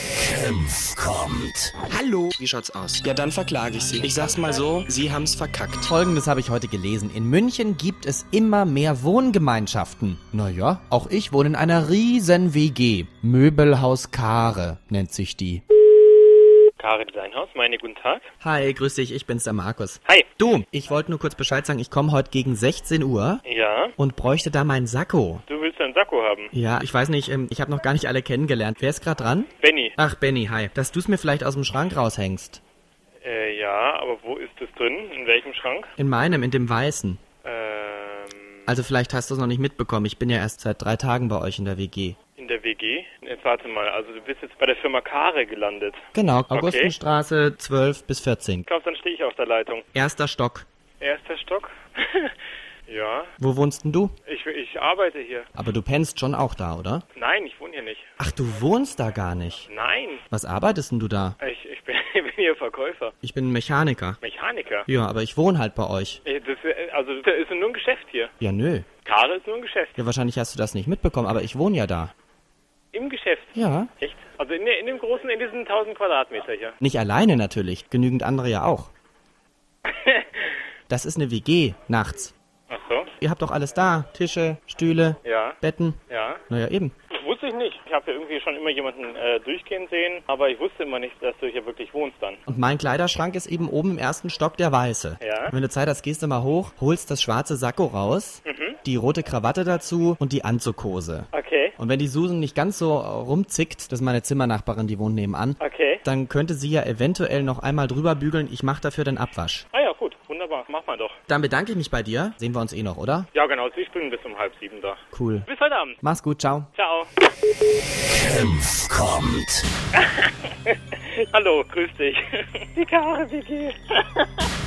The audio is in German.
Senf kommt. Hallo. Wie schaut's aus? Ja, dann verklage ich Sie. Ich sag's mal so, Sie haben's verkackt. Folgendes habe ich heute gelesen. In München gibt es immer mehr Wohngemeinschaften. Naja, auch ich wohne in einer riesen WG. Möbelhaus Kare nennt sich die. Karin Seinhaus, meine guten Tag. Hi, grüß dich, ich bin's der Markus. Hi. Du, ich wollte nur kurz Bescheid sagen, ich komme heute gegen 16 Uhr Ja, und bräuchte da meinen Sakko. du willst einen Sakko haben. Ja, ich weiß nicht, ähm, ich habe noch gar nicht alle kennengelernt. Wer ist gerade dran? Benny. Ach, Benny, hi. Dass du's mir vielleicht aus dem Schrank raushängst. Äh, ja, aber wo ist es drin? In welchem Schrank? In meinem, in dem weißen. Ähm, Also vielleicht hast du es noch nicht mitbekommen. Ich bin ja erst seit drei Tagen bei euch in der WG. in der WG? Jetzt warte mal, also du bist jetzt bei der Firma Kare gelandet. Genau, Augustenstraße 12 bis 14. Ich glaube, dann stehe ich auf der Leitung. Erster Stock. Erster Stock? ja, Wo wohnst denn du? ich, ich arbeite hier. Aber du pennst schon auch da, oder? Nein, ich wohne hier nicht. Ach, du wohnst da gar nicht. Nein, Was arbeitest denn du da? ich, ich bin, ich bin hier Verkäufer, Ich bin Mechaniker. Mechaniker. Ja, aber ich wohne halt bei euch. Äh, Das, äh, also, das ist nur ein Geschäft hier. Ja, nö. Kare ist nur ein Geschäft. Ja, wahrscheinlich hast du das nicht mitbekommen, aber ich wohne ja da. Im Geschäft. Ja. Echt? Also in, der- in dem großen, in diesen 1000 Quadratmeter hier. Nicht alleine natürlich, genügend andere ja auch. Das ist eine WG, nachts. Ach so? Ihr habt doch alles da. Tische, Stühle, Ja. Betten. Ja. Naja, eben. Wusste ich nicht. Ich habe ja irgendwie schon immer jemanden äh, durchgehen sehen, aber ich wusste immer nicht, dass du hier wirklich wohnst dann. Und mein Kleiderschrank ist eben oben im ersten Stock der weiße. Ja. Und Wenn du Zeit hast, gehst du mal hoch, holst das schwarze Sakko raus, Mhm. die rote Krawatte dazu und die Anzughose. Okay. Und wenn die Susan nicht ganz so äh, rumzickt, das ist meine Zimmernachbarin, die wohnt nebenan, Okay. dann könnte sie ja eventuell noch einmal drüber bügeln, ich mach dafür den Abwasch. Ah ja, gut. Wunderbar. Mach mal doch. Dann bedanke ich mich bei dir. Sehen wir uns eh noch, oder? Ja, genau. Ich bin bis um halb sieben da. Cool. Bis heute Abend. Mach's gut, ciao. Ciao. Senf kommt. Hallo, grüß dich. Die Kare, wie geht's?